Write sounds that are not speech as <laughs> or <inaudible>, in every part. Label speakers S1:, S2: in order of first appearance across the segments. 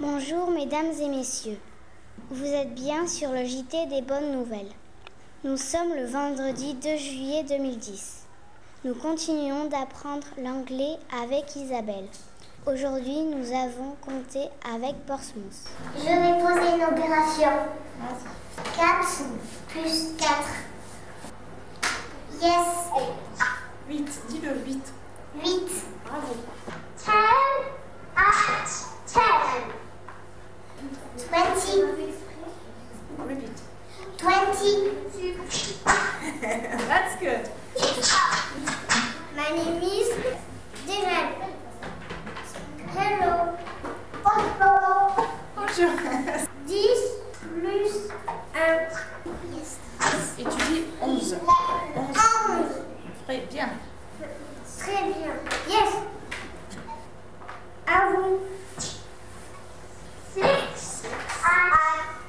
S1: Bonjour mesdames et messieurs. Vous êtes bien sur le JT des bonnes nouvelles. Nous sommes le vendredi 2 juillet 2010. Nous continuons d'apprendre l'anglais avec Isabelle. Aujourd'hui, nous avons compté avec Portsmouth.
S2: Je vais poser une opération. 4 plus 4. Yes,
S3: 8, dis le 8.
S2: 8.
S3: Bravo.
S2: 10 at 10. 20.
S3: Repeat.
S2: 20.
S3: That's good.
S2: My name is Dylan. Hello. Hello.
S3: Bonjour.
S2: 10 plus 1. Yes.
S3: <laughs> Et tu dis
S2: 11.
S3: 11. Très bien.
S2: Très bien. Yes. À vous. Six à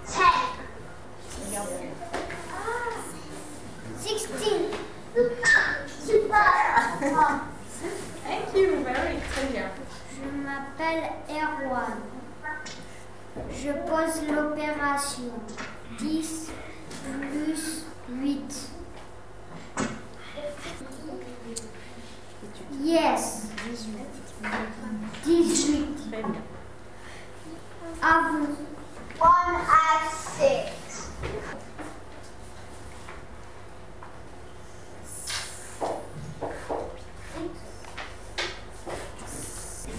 S2: ten. Ah. Sixteen. Super.
S3: Thank you. Very très bien.
S2: Je m'appelle Erwan. Je pose l'opération. 10 plus 8. Yes. 18.
S3: Très bien.
S2: À vous. 1 à 6.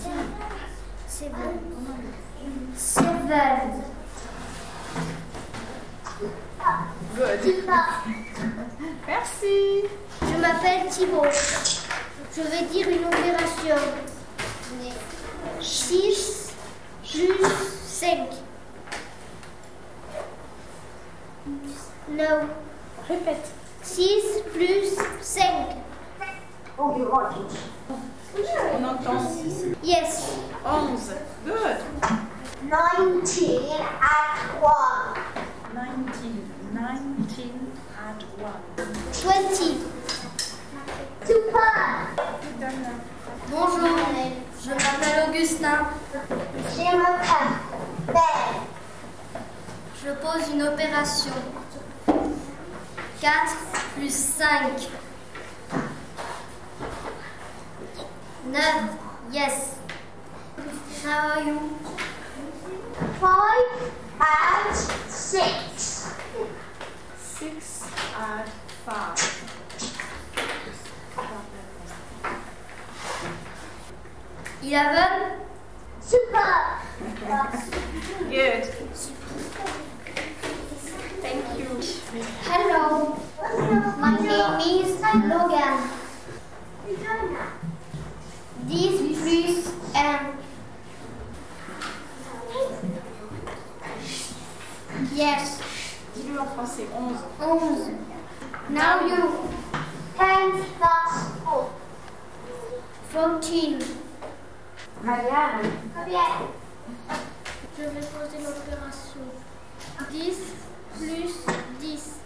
S2: 7. 7.
S3: Good. Merci.
S2: Je m'appelle Thibaut. Je vais dire une opération. 6 plus 5. 9.
S3: Répète.
S2: 6 plus 5.
S3: On entend
S2: Yes.
S3: 11. Good.
S2: 19 at 1.
S3: 19. 19 at 1.
S2: 20. Super. Bonjour. Je m'appelle Augustin. Je m'appelle Belle.
S4: Je pose une opération. 4 plus 5. 9. Yes. How are you?
S2: Five and six.
S3: 6 at 5.
S4: Eleven.
S2: Super.
S3: Good. Thank you.
S2: Hello. My name is Logan. This um, plus M. Yes.
S3: Dis-le en français. 11.
S2: Onze. Now you. Ten plus four. Fourteen. Très bien.
S4: Je vais poser l'opération. 10 plus 10.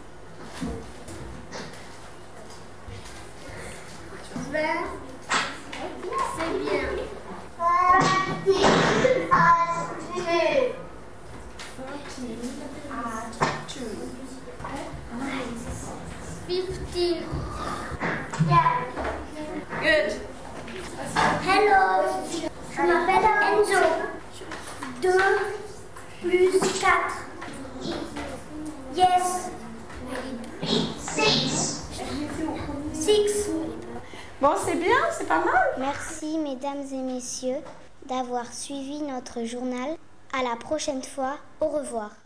S4: 20. C'est bien.
S2: Thirteen plus two.
S3: 13 at 2.
S4: 15.
S2: Yeah.
S3: Good.
S2: Hello, je m'appelle Enzo. 2 plus 4. Yes. 6. 6.
S3: Bon, c'est bien, c'est pas mal.
S1: Merci mesdames et messieurs d'avoir suivi notre journal. À la prochaine fois. Au revoir.